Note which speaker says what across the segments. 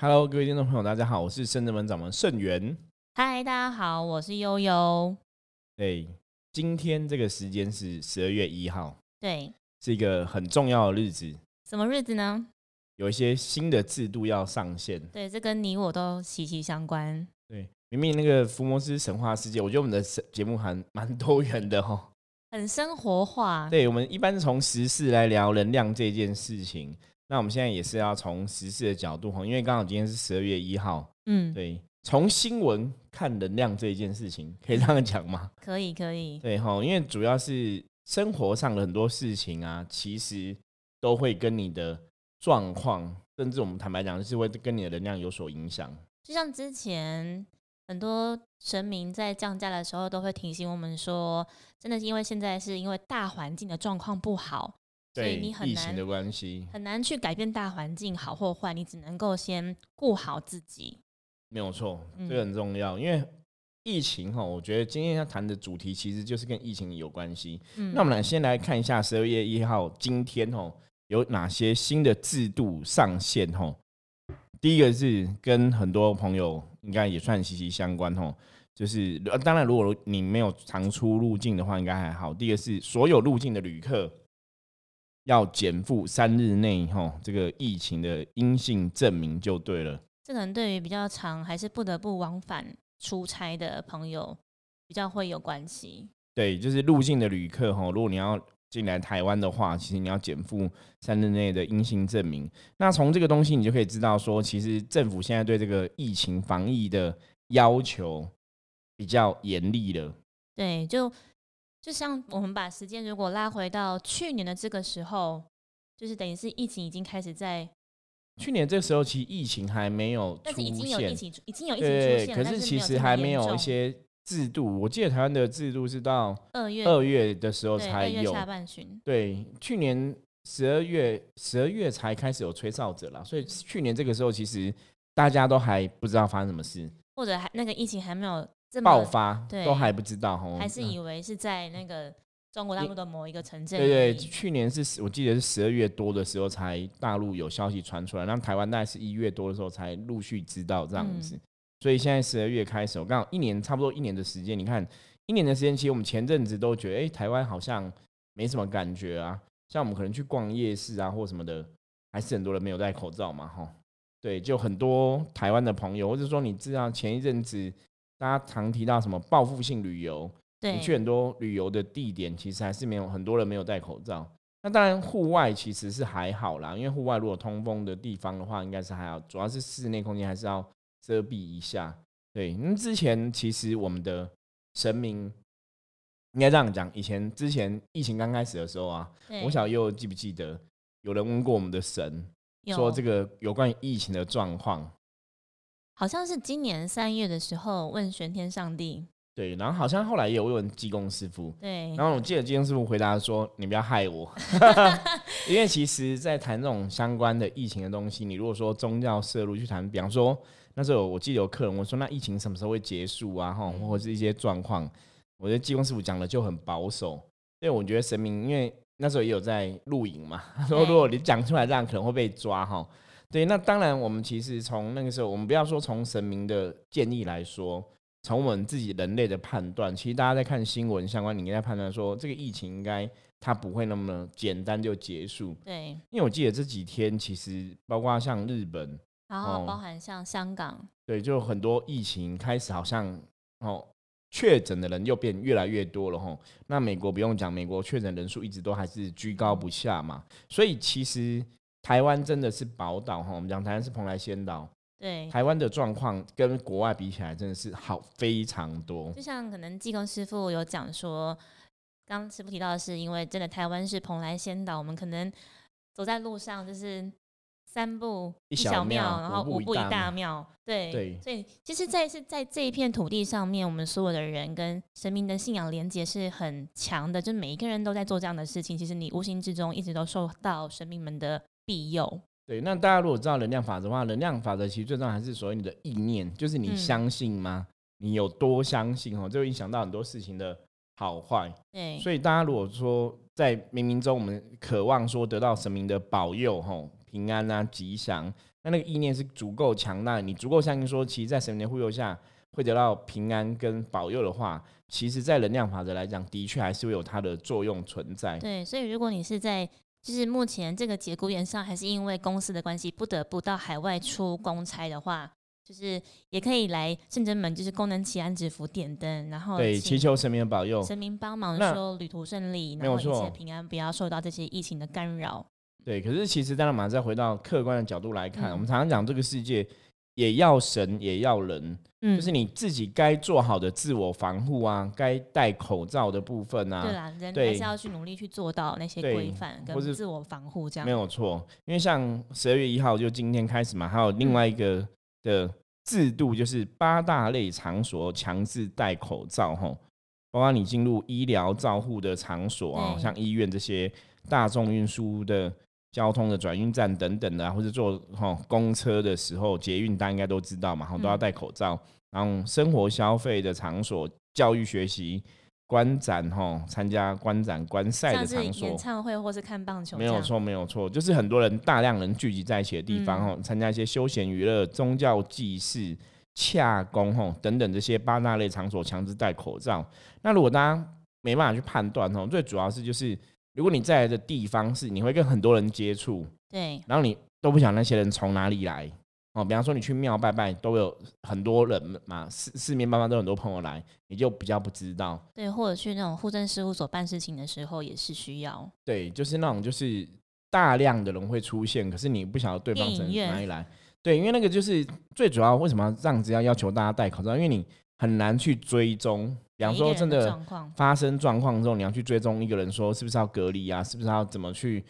Speaker 1: Hello，各位听众朋友，大家好，我是圣德门掌门盛元。
Speaker 2: 嗨，大家好，我是悠悠。
Speaker 1: 对，今天这个时间是十二月一号，
Speaker 2: 对，
Speaker 1: 是一个很重要的日子，
Speaker 2: 什么日子呢？
Speaker 1: 有一些新的制度要上线。
Speaker 2: 对，这跟你我都息息相关。
Speaker 1: 对，明明那个福摩斯神话世界，我觉得我们的神节目还蛮多元的哈。
Speaker 2: 很生活化。
Speaker 1: 对，我们一般从时事来聊能量这件事情，那我们现在也是要从时事的角度哦哈，因为刚好今天是十二月一号，
Speaker 2: 嗯，
Speaker 1: 对，从新闻看能量这件事情，可以这样讲吗？
Speaker 2: 可以，可以。
Speaker 1: 对哈，因为主要是生活上的很多事情啊，其实都会跟你的状况，甚至我们坦白讲，就是会跟你的能量有所影响。
Speaker 2: 就像之前很多神明在降价的时候，都会提醒我们说，真的是因为现在是因为大环境的状况不好，所以
Speaker 1: 对
Speaker 2: 你很
Speaker 1: 疫情
Speaker 2: 难
Speaker 1: 的关系，
Speaker 2: 很难去改变大环境好或坏，你只能够先顾好自己。
Speaker 1: 没有错，
Speaker 2: 嗯
Speaker 1: 这个很重要，因为。疫情哈，我觉得今天要谈的主题其实就是跟疫情有关系。
Speaker 2: 嗯
Speaker 1: 那我们来先来看一下十二月一号今天哦有哪些新的制度上线哦。第一个是跟很多朋友应该也算息息相关哦，就是呃当然如果你没有常出入境的话，应该还好。第一个是所有入境的旅客要减负三日内吼这个疫情的阴性证明就对了。
Speaker 2: 这可能对于比较长还是不得不往返出差的朋友，比较会有关系。
Speaker 1: 对，就是入境的旅客哈，如果你要进来台湾的话，其实你要减负三日内的阴性证明。那从这个东西，你就可以知道说，其实政府现在对这个疫情防疫的要求比较严厉了。
Speaker 2: 对，就就像我们把时间如果拉回到去年的这个时候，就是等于是疫情已经开始在，
Speaker 1: 去年这个时候，其实疫情还没有出
Speaker 2: 但是已经有
Speaker 1: 现
Speaker 2: 疫，情出，已经有疫情出
Speaker 1: 对，
Speaker 2: 现了，
Speaker 1: 可
Speaker 2: 但
Speaker 1: 是
Speaker 2: 是
Speaker 1: 其实还没有一些制度。我记得台湾的制度是到
Speaker 2: 二月
Speaker 1: 二月的时候
Speaker 2: 对二
Speaker 1: 才
Speaker 2: 月
Speaker 1: 有，
Speaker 2: 下半旬，
Speaker 1: 对，去年十二月十二月才开始有吹哨者啦，所以去年这个时候其实大家都还不知道发生什么事，
Speaker 2: 或者还那个疫情还没有这么
Speaker 1: 爆，发
Speaker 2: 对
Speaker 1: 都还不知道吼，
Speaker 2: 还是
Speaker 1: 嗯
Speaker 2: 以为是在那个中国大陆的某一个城镇而
Speaker 1: 对对，
Speaker 2: 已。
Speaker 1: 去年是十我记得是十二月多的时候才大陆有消息传出来，然后台湾大概是一月多的时候才陆续知道这样子，
Speaker 2: 嗯
Speaker 1: 所以现在十二月开始，我刚好一年差不多一年的时间，你看一年的时间，其实我们前阵子都觉得，哎、台湾好像没什么感觉啊，像我们可能去逛夜市啊或什么的，还是很多人没有戴口罩嘛，哈，对，就很多台湾的朋友，或者说你知道前一阵子大家常提到什么报复性旅游，你
Speaker 2: 对
Speaker 1: 去很多旅游的地点，其实还是没有很多人没有戴口罩。那当然，户外其实是还好啦，因为户外如果通风的地方的话，应该是还好。主要是室内空间还是要遮蔽一下。对，那之前其实我们的神明应该这样讲，以前之前疫情刚开始的时候啊，
Speaker 2: 对
Speaker 1: 我小又记不记得有人问过我们的神，说这
Speaker 2: 个
Speaker 1: 个有关于疫情的状况。
Speaker 2: 好像是今年三月的时候问玄天上帝，
Speaker 1: 对，然后好像后来也有问济公师傅，
Speaker 2: 对
Speaker 1: 然后我记得今天师傅回答说：“你不要害我，因为其实，在谈这种相关的疫情的东西，你如果说宗教摄入去谈，比方说那时候我记得有客人问说，那疫情什么时候会结束啊？哈，
Speaker 2: 嗯
Speaker 1: 或者是一些状况，我觉得济公师傅讲的就很保守，因为我觉得神明，因为那时候也有在录影嘛，他说如果你讲出来这样，可能会被抓哈。对，那当然，我们其实从那个时候，我们不要说从神明的建议来说，从我们自己人类的判断，其实大家在看新闻相关，你应该判断说这个疫情应该它不会那么简单就结束。
Speaker 2: 对，
Speaker 1: 因为我记得这几天其实包括像日本，
Speaker 2: 然后
Speaker 1: 哦
Speaker 2: 包含像香港，
Speaker 1: 对，就很多疫情开始好像哦确诊的人又变越来越多了吼。那美国不用讲，美国确诊人数一直都还是居高不下嘛，所以其实台湾真的是宝岛哈，我们讲台湾是蓬莱仙岛，
Speaker 2: 对，
Speaker 1: 台湾的状况跟国外比起来真的是好非常多。
Speaker 2: 就像可能技工师傅有讲说，刚刚师傅提到的是，因为真的台湾是蓬莱仙岛，我们可能走在路上就是三步
Speaker 1: 一小
Speaker 2: 小
Speaker 1: 庙
Speaker 2: 然后
Speaker 1: 五步
Speaker 2: 五
Speaker 1: 一
Speaker 2: 步
Speaker 1: 大
Speaker 2: 一大
Speaker 1: 庙
Speaker 2: 庙，对
Speaker 1: 对
Speaker 2: 所以其实在是在这一片土地上面，我们所有的人跟神明的信仰连接是很强的，就每一个人都在做这样的事情，其实你无形之中一直都受到神明们的庇佑，
Speaker 1: 对，那大家如果知道能量法则的话，能量法则其实最重要还是所谓你的意念，就是你
Speaker 2: 嗯
Speaker 1: 相信吗？你有多相信哦，就会影响到很多事情的好坏。
Speaker 2: 对，
Speaker 1: 所以大家如果说在冥冥中我们渴望说得到神明的保佑，吼，平安啊、吉祥。那那个意念是足够强大，你足够相信说，其实，在神的护佑下会得到平安跟保佑的话，其实，在能量法则来讲，的确还是会有它的作用存在。
Speaker 2: 对，所以如果你是在就是目前这个节骨眼上，还是因为公司的关系不得不到海外出公差的话，就是也可以来圣真门，就是功能祈安指符点灯，然后
Speaker 1: 对，
Speaker 2: 请
Speaker 1: 祈求神明的保佑。
Speaker 2: 神明帮忙
Speaker 1: 那
Speaker 2: 说旅途顺利，
Speaker 1: 没
Speaker 2: 然
Speaker 1: 有
Speaker 2: 后一切
Speaker 1: 错
Speaker 2: 平安，不要受到这些疫情的干扰。
Speaker 1: 对，可是其实当然，马上再回到客观的角度来看，
Speaker 2: 嗯
Speaker 1: 我们常常讲这个世界也要神也要人，
Speaker 2: 嗯，
Speaker 1: 就是你自己该做好的自我防护啊，该戴口罩的部分
Speaker 2: 对
Speaker 1: 啊，
Speaker 2: 啦，人还
Speaker 1: 对
Speaker 2: 是要去努力去做到那些
Speaker 1: 对
Speaker 2: 规范
Speaker 1: 或
Speaker 2: 跟
Speaker 1: 是
Speaker 2: 自我防护这样。
Speaker 1: 没有错。因为像十二月一号就今天开始嘛，还有
Speaker 2: 嗯
Speaker 1: 另外一个的制度就是八大类场所强制戴口罩吼，包括你进入医疗照护的场所啊，
Speaker 2: 对
Speaker 1: 像医院这些大众运输的。交通的转运站等等的、啊，或者坐吼公车的时候，捷运大家应该都知道嘛，吼都要
Speaker 2: 嗯
Speaker 1: 戴口罩。然后生活消费的场所、教育学习、观展吼，参加观展观赛
Speaker 2: 像
Speaker 1: 的
Speaker 2: 是
Speaker 1: 场所
Speaker 2: 演，唱会或是看棒球，
Speaker 1: 没有。错，没有错，就是很多人大量人聚集在一起的地方吼，参加一些休闲娱乐、宗教祭祀、洽公吼等等这些八大类场所强制戴口罩。那如果大家没办法去判断吼，最主要是就是如果你在的地方是你会跟很多人接触，
Speaker 2: 对，
Speaker 1: 然后你都不晓得那些人从哪里来哦。比方说你去庙拜拜，都有很多人嘛，四四面八方都有很多朋友来，你就比较不知道。
Speaker 2: 对，或者去那种户政事务所办事情的时候也是需要。
Speaker 1: 对，就是那种就是大量的人会出现，可是你不晓得对方
Speaker 2: 电
Speaker 1: 从
Speaker 2: 影院
Speaker 1: 哪里来。对，因为那个就是最主要，为什么要这样子要要求大家戴口罩？因为你很难去追踪，比方
Speaker 2: 每一个
Speaker 1: 说
Speaker 2: 人
Speaker 1: 真
Speaker 2: 的
Speaker 1: 的
Speaker 2: 状况，
Speaker 1: 发生状况之后，你要去追踪一个人说是不是要隔离啊，是不是要怎么去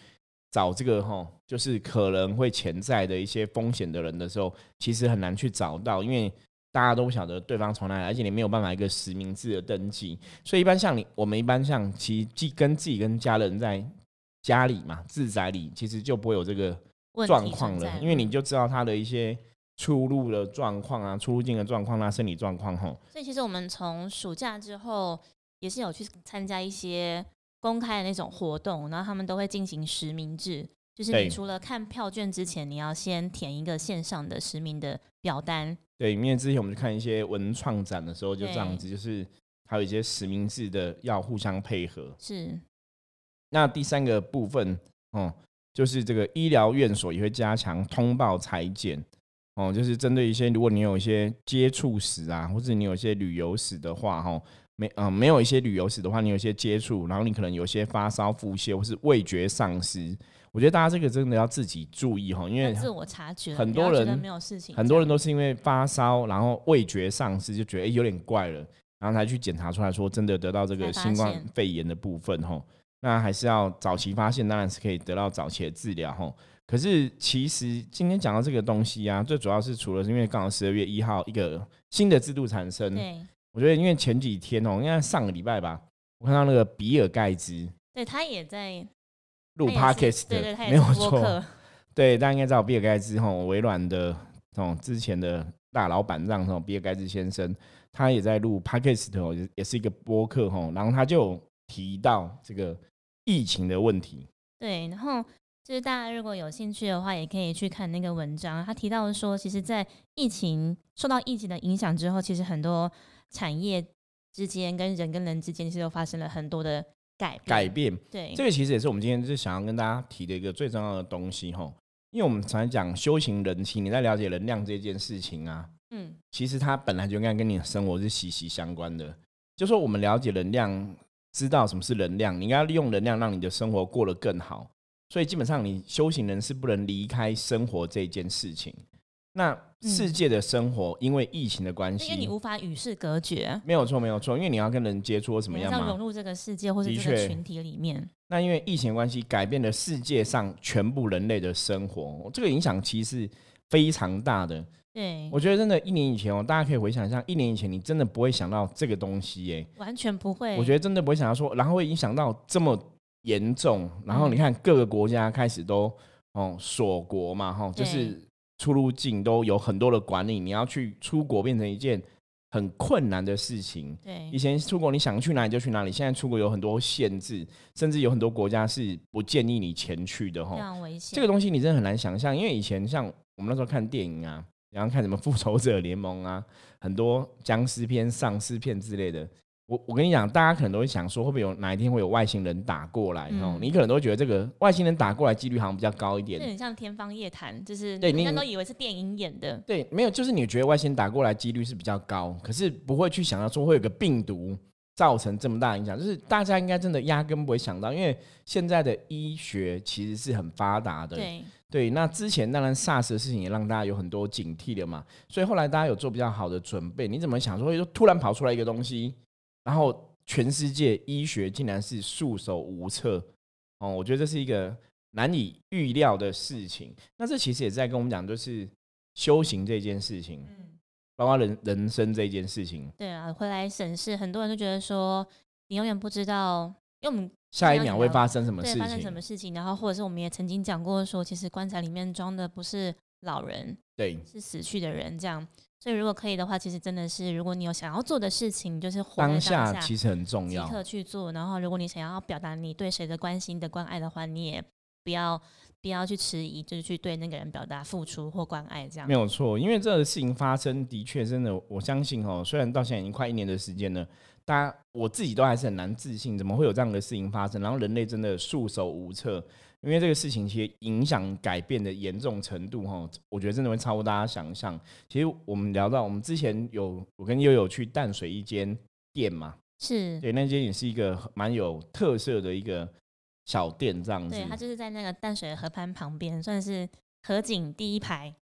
Speaker 1: 找这个吼，就是可能会潜在的一些风险的人的时候，其实很难去找到，因为大家都不晓得对方从哪里来，而且你没有办法一个实名制的登记，所以一般像你，我们一般像其实既跟自己跟家人在家里嘛，自宅里其实就不会有这个
Speaker 2: 问题
Speaker 1: 状
Speaker 2: 存
Speaker 1: 况
Speaker 2: 在嗯
Speaker 1: 了，因为你就知道他的一些出入的状况啊，出入境的状况啊，生理状况吼。
Speaker 2: 所以其实我们从暑假之后也是有去参加一些公开的那种活动，然后他们都会进行实名制，就是
Speaker 1: 对
Speaker 2: 你除了看票券之前，你要先填一个线上的实名的表单。
Speaker 1: 对，因为之前我们去看一些文创展的时候，就这样
Speaker 2: 对
Speaker 1: 子，就是还有一些实名制的要互相配合。
Speaker 2: 是，
Speaker 1: 那第三个部分，哦、就是这个医疗院所也会加强通报裁剪，哦，就是针对一些如果你有一些接触史啊，或者你有一些旅游史的话，哈、没啊、呃没有一些旅游史的话，你有一些接触，然后你可能有一些发烧、腹泻或是味觉丧失，我觉得大家这个真的要自己注意哈，因
Speaker 2: 要
Speaker 1: 为
Speaker 2: 自我察觉，
Speaker 1: 很
Speaker 2: 不要
Speaker 1: 多
Speaker 2: 觉得
Speaker 1: 人
Speaker 2: 没有事情，
Speaker 1: 很多人都是因为发烧，然后味觉丧失，就觉得哎、诶有点怪了，然后才去检查出来说真的得到这个
Speaker 2: 才发
Speaker 1: 新冠
Speaker 2: 现
Speaker 1: 肺炎的部分吼。那还是要早期发现，当然是可以得到早期的治疗吼。可是其实今天讲到这个东西啊，最主要是除了是因为刚好十二月一号一个新的制度产生，
Speaker 2: 对。
Speaker 1: 我觉得因为前几天哦，应该上个礼拜吧，我看到那个比尔盖茨
Speaker 2: 对他也在
Speaker 1: 录
Speaker 2: 他也是
Speaker 1: podcast
Speaker 2: 对对，
Speaker 1: 的，
Speaker 2: 他
Speaker 1: 没
Speaker 2: 也是
Speaker 1: 有
Speaker 2: 播
Speaker 1: 错，
Speaker 2: 客，
Speaker 1: 对，大家应该知道比尔盖茨吼，微软的哦之前的大老板让吼比尔盖茨先生，他也在录 podcast 哦，也也是一个播客吼，然后他就有提到这个疫情的问题，
Speaker 2: 对，然后就是大家如果有兴趣的话，也可以去看那个文章。他提到说，其实，在疫情受到疫情的影响之后，其实很多产业之间跟人跟人之间，其实都发生了很多的改变。
Speaker 1: 改变
Speaker 2: 对
Speaker 1: 这个其实也是我们今天就是想要跟大家提的一个最重要的东西吼，因为我们常讲修行人气，你在了解能量这件事情啊，
Speaker 2: 嗯，
Speaker 1: 其实它本来就应该跟你的生活是息息相关的。就说我们了解能量，知道什么是能量，你应该要利用能量让你的生活过得更好。所以基本上，你修行人是不能离开生活这件事情。那世界的生活，因为疫情的关
Speaker 2: 嗯因为你
Speaker 1: 系，
Speaker 2: 无法与世隔绝，
Speaker 1: 没有错，没有错，因为你要跟人接触或怎么
Speaker 2: 你还
Speaker 1: 样
Speaker 2: 是要
Speaker 1: 嘛
Speaker 2: 融。入这个世界或是
Speaker 1: 的
Speaker 2: 这个
Speaker 1: 确
Speaker 2: 群体里面。
Speaker 1: 那因为疫情的关系，改变了世界上全部人类的生活，这个影响其实是非常大的。
Speaker 2: 对，
Speaker 1: 我觉得真的，一年以前哦，大家可以回想一下，一年以前你真的不会想到这个东西耶、
Speaker 2: 完全不会。
Speaker 1: 我觉得真的不会想到说，然后会影响到这么严重。然后你
Speaker 2: 嗯
Speaker 1: 看各个国家开始都哦锁国嘛，哈、就
Speaker 2: 对
Speaker 1: 是出入境都有很多的管理，你要去出国变成一件很困难的事情。
Speaker 2: 对
Speaker 1: 以，前出国你想去哪里就去哪里，现在出国有很多限制，甚至有很多国家是不建议你前去的哈。
Speaker 2: 非常危
Speaker 1: 哦
Speaker 2: 险。
Speaker 1: 这个东西你真的很难想象，因为以前像我们那时候看电影啊，然后看什么《复仇者联盟》啊，很多僵尸片、丧尸片之类的。我我跟你讲，大家可能都会想说，会不会有哪一天会有外星人打过来？哦、
Speaker 2: 嗯
Speaker 1: 你可能都会觉得这个外星人打过来几率好像比较高一
Speaker 2: 这
Speaker 1: 点。
Speaker 2: 很像天方夜谭，就是
Speaker 1: 对
Speaker 2: 人家
Speaker 1: 你
Speaker 2: 都以为是电影演的，
Speaker 1: 对，没有，就是你觉得外星人打过来几率是比较高，可是不会去想到说会有个病毒造成这么大的影响，就是大家应该真的压根不会想到，因为现在的医学其实是很发达的，
Speaker 2: 对，
Speaker 1: 对，那之前当然 SARS 的事情也让大家有很多警惕了嘛，所以后来大家有做比较好的准备。你怎么想说，就突然跑出来一个东西，然后全世界医学竟然是束手无策？哦，我觉得这是一个难以预料的事情。那这其实也在跟我们讲，就是修行这件事情，
Speaker 2: 嗯，
Speaker 1: 包括人人生这件事情，
Speaker 2: 对啊，回来审视，很多人都觉得说，你永远不知道，因为我们
Speaker 1: 下一秒会发生什么
Speaker 2: 对
Speaker 1: 事
Speaker 2: 发生什
Speaker 1: 情啊
Speaker 2: 么？事情，然后或者是我们也曾经讲过说，其实棺材里面装的不是老人，
Speaker 1: 对，
Speaker 2: 是死去的人，这样。所以如果可以的话，其实真的是，如果你有想要做的事情，你就是活在
Speaker 1: 当
Speaker 2: 下
Speaker 1: 下，其实很重
Speaker 2: 即
Speaker 1: 要。
Speaker 2: 刻去做。然后，如果你想要表达你对谁的关心的关爱的话，你也不要不要去迟疑，就是去对那个人表达付出或关爱这样
Speaker 1: 没。有错，因为这个事情发生的确真的，我相信哦，虽然到现在已经快一年的时间了，大家我自己都还是很难自信，怎么会有这样的事情发生？然后人类真的束手无策，因为这个事情其实影响改变的严重程度哈，我觉得真的会超乎大家想象。其实我们聊到我们之前有我跟悠悠去淡水一间店嘛，
Speaker 2: 嗯是，
Speaker 1: 对，那间也是一个蛮有特色的一个小店这样子
Speaker 2: 对，，它就是在那个淡水河畔旁边，算是河景第一排。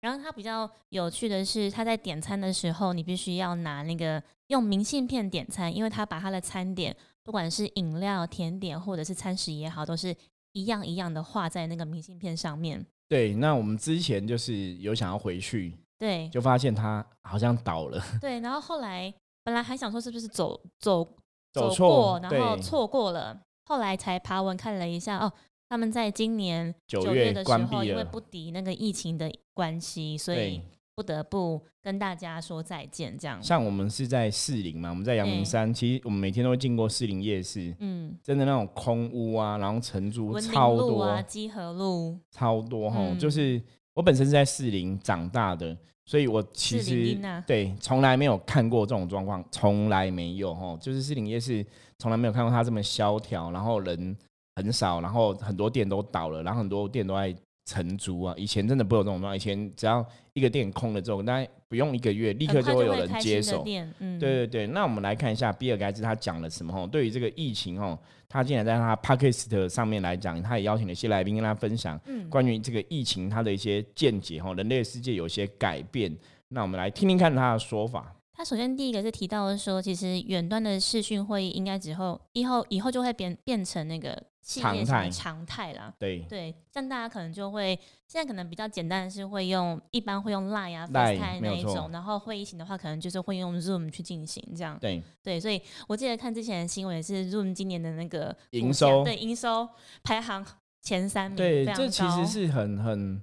Speaker 2: 然后它比较有趣的是，它在点餐的时候，你必须要拿那个用明信片点餐，因为它把它的餐点，不管是饮料、甜点或者是餐食也好，都是一样一样的画在那个明信片上面。
Speaker 1: 对，那我们之前就是有想要回去，
Speaker 2: 对
Speaker 1: 就发现它好像倒了。
Speaker 2: 对，然后后来本来还想说是不是走走
Speaker 1: 走
Speaker 2: 过
Speaker 1: 错，，
Speaker 2: 然
Speaker 1: 对
Speaker 2: 后错过了，后来才爬文看了一下，哦，他们在今年
Speaker 1: 九
Speaker 2: 九
Speaker 1: 月
Speaker 2: 的时
Speaker 1: 关
Speaker 2: 候，
Speaker 1: 闭
Speaker 2: 因为
Speaker 1: 了，
Speaker 2: 不敌那个疫情的关系，所以
Speaker 1: 对，
Speaker 2: 不得不跟大家说再见，这样。
Speaker 1: 像我们是在士林嘛，我们在阳明山，其实我们每天都会经过士林夜市，
Speaker 2: 嗯，
Speaker 1: 真的那种空屋啊，然后承租
Speaker 2: 文林
Speaker 1: 超
Speaker 2: 路
Speaker 1: 多、
Speaker 2: 啊，基河路，
Speaker 1: 超多哈、
Speaker 2: 嗯
Speaker 1: 就是我本身是在士林长大的，所以我其
Speaker 2: 士林
Speaker 1: 实
Speaker 2: 音啊
Speaker 1: 对从来没有看过这种状况，从来没有哈，就是士林夜市从来没有看过它这么萧条，然后人很少，然后很多店都倒了，然后很多店都在承租啊。以前真的不会有这种状况，以前只要一个店空了之后，大概不用一个月，立刻
Speaker 2: 很快
Speaker 1: 会有
Speaker 2: 会
Speaker 1: 人
Speaker 2: 开
Speaker 1: 接
Speaker 2: 新的
Speaker 1: 手。
Speaker 2: 店嗯，
Speaker 1: 对对对，那我们来看一下比尔盖茨他讲了什么哦。对于这个疫情哦，他竟然在他 podcast 上面来讲，他也邀请了一些来宾跟他分享
Speaker 2: 嗯，
Speaker 1: 关于这个疫情他的一些见解哈，人类世界有一些改变。那我们来听听看他的说法。
Speaker 2: 他首先第一个是提到了说，其实远端的视讯会议应该之后以后以后就会变变成那个企业
Speaker 1: 常
Speaker 2: 上的
Speaker 1: 态
Speaker 2: 常态啦。
Speaker 1: 对
Speaker 2: 对，像大家可能就会现在可能比较简单的是会用，一般会用 Line 啊、
Speaker 1: Line，
Speaker 2: FaceTime
Speaker 1: 没有
Speaker 2: 那一
Speaker 1: 错
Speaker 2: 种，然后会议型的话，可能就是会用 Zoom 去进行这样。
Speaker 1: 对，
Speaker 2: 对，所以我记得看之前的新闻也是 Zoom 今年的那个
Speaker 1: 营
Speaker 2: 股价
Speaker 1: 收
Speaker 2: 对营收排行前三名，
Speaker 1: 对，
Speaker 2: 嗯非常
Speaker 1: 这其
Speaker 2: 高
Speaker 1: 实是很很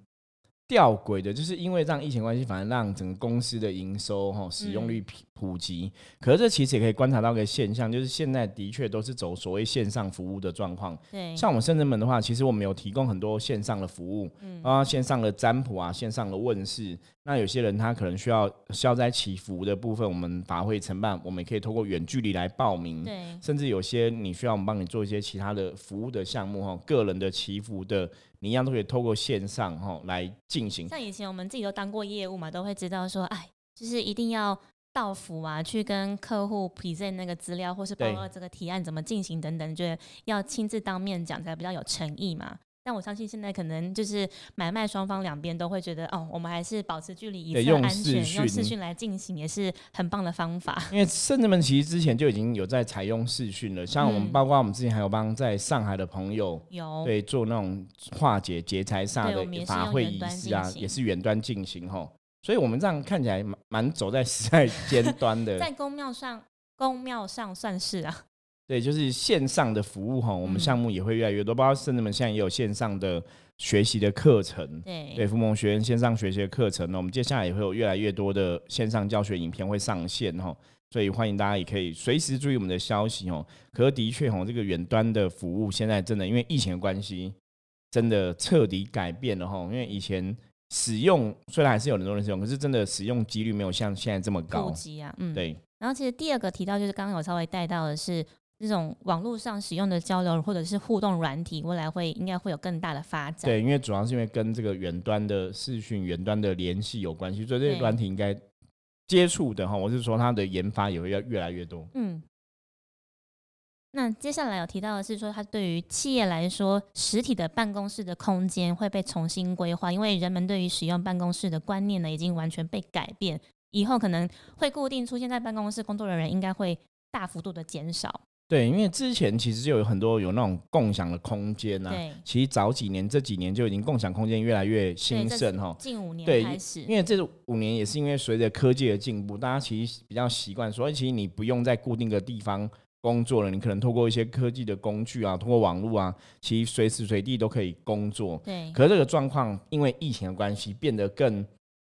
Speaker 1: 吊诡的，就是因为让疫情关系，反而让整个公司的营收
Speaker 2: 嗯
Speaker 1: 哈、使用率普普及。可是这其实也可以观察到一个现象，就是现在的确都是走所谓线上服务的状况。
Speaker 2: 对，
Speaker 1: 像我们深圳门的话，其实我们有提供很多线上的服务，
Speaker 2: 嗯
Speaker 1: 包括啊线上的占卜啊，线上的问世。那有些人他可能需要消灾祈福的部分，我们法会承办，我们也可以透过远距离来报名。
Speaker 2: 对
Speaker 1: 甚至有些你需要我们帮你做一些其他的服务的项目哈，个人的祈福的，你一样都可以透过线上哈来进行。
Speaker 2: 像以前我们自己都当过业务嘛，都会知道说，哎，就是一定要到府啊，去跟客户 present 那个资料，或是报
Speaker 1: 对
Speaker 2: 告这个提案怎么进行等等，就是要亲自当面讲才比较有诚意嘛。但我相信现在可能就是买卖双方两边都会觉得，哦，我们还是保持距离，以
Speaker 1: 对
Speaker 2: 策
Speaker 1: 用
Speaker 2: 安
Speaker 1: 视
Speaker 2: 全，用视
Speaker 1: 讯
Speaker 2: 讯来进行也是很棒的方法。
Speaker 1: 因为深圳门其实之前就已经有在采用视讯了，像我们
Speaker 2: 嗯
Speaker 1: 包括我们之前还有帮在上海的朋友，
Speaker 2: 有
Speaker 1: 对，做那种化解劫财煞
Speaker 2: 哦对我们也
Speaker 1: 的
Speaker 2: 是
Speaker 1: 法
Speaker 2: 用
Speaker 1: 会
Speaker 2: 远
Speaker 1: 仪
Speaker 2: 端
Speaker 1: 式
Speaker 2: 进
Speaker 1: 啊，
Speaker 2: 行
Speaker 1: 也是远端进行吼。所以我们这样看起来 蛮蛮走在时代尖端的，
Speaker 2: 在公庙上，公庙上算是啊，
Speaker 1: 对，就是线上的服务哈，我们
Speaker 2: 嗯
Speaker 1: 项目也会越来越多，包括甚至们现在也有线上的学习的课程，
Speaker 2: 对
Speaker 1: 对，福蒙学院线上学习的课程呢，我们接下来也会有越来越多的线上教学影片会上线哦，所以欢迎大家也可以随时注意我们的消息哦。可是的确哦，这个远端的服务现在真的因为疫情的关系，真的彻底改变了哦。因为以前使用虽然还是有很多人使用，可是真的使用几率没有像现在这么
Speaker 2: 普
Speaker 1: 高。
Speaker 2: 及啊，嗯，
Speaker 1: 对，
Speaker 2: 然后其实第二个提到就是刚刚有稍微带到的是这种网络上使用的交流或者是互动软体，未来会应该会有更大的发展。
Speaker 1: 对，因为主要是因为跟这个远端的视讯、远端的联系有关系，所以这些
Speaker 2: 对
Speaker 1: 软体应该接触的哈，我是说它的研发也会越越来越多。
Speaker 2: 嗯。那接下来有提到的是说，它对于企业来说，实体的办公室的空间会被重新规划，因为人们对于使用办公室的观念呢，已经完全被改变。以后可能会固定出现在办公室工作的人，应该会大幅度的减少。
Speaker 1: 对，因为之前其实就有很多有那种共享的空间呐、
Speaker 2: 对，
Speaker 1: 其实早几年这几年就已经共享空间越来越兴盛哈。
Speaker 2: 近五年
Speaker 1: 对
Speaker 2: 开始，
Speaker 1: 因为这五年也是因为随着科技的进步，大家其实比较习惯说，哎其实你不用在固定的地方工作了，你可能透过一些科技的工具啊，通过网络啊，其实随时随地都可以工作。
Speaker 2: 对，
Speaker 1: 可是这个状况因为疫情的关系，变得更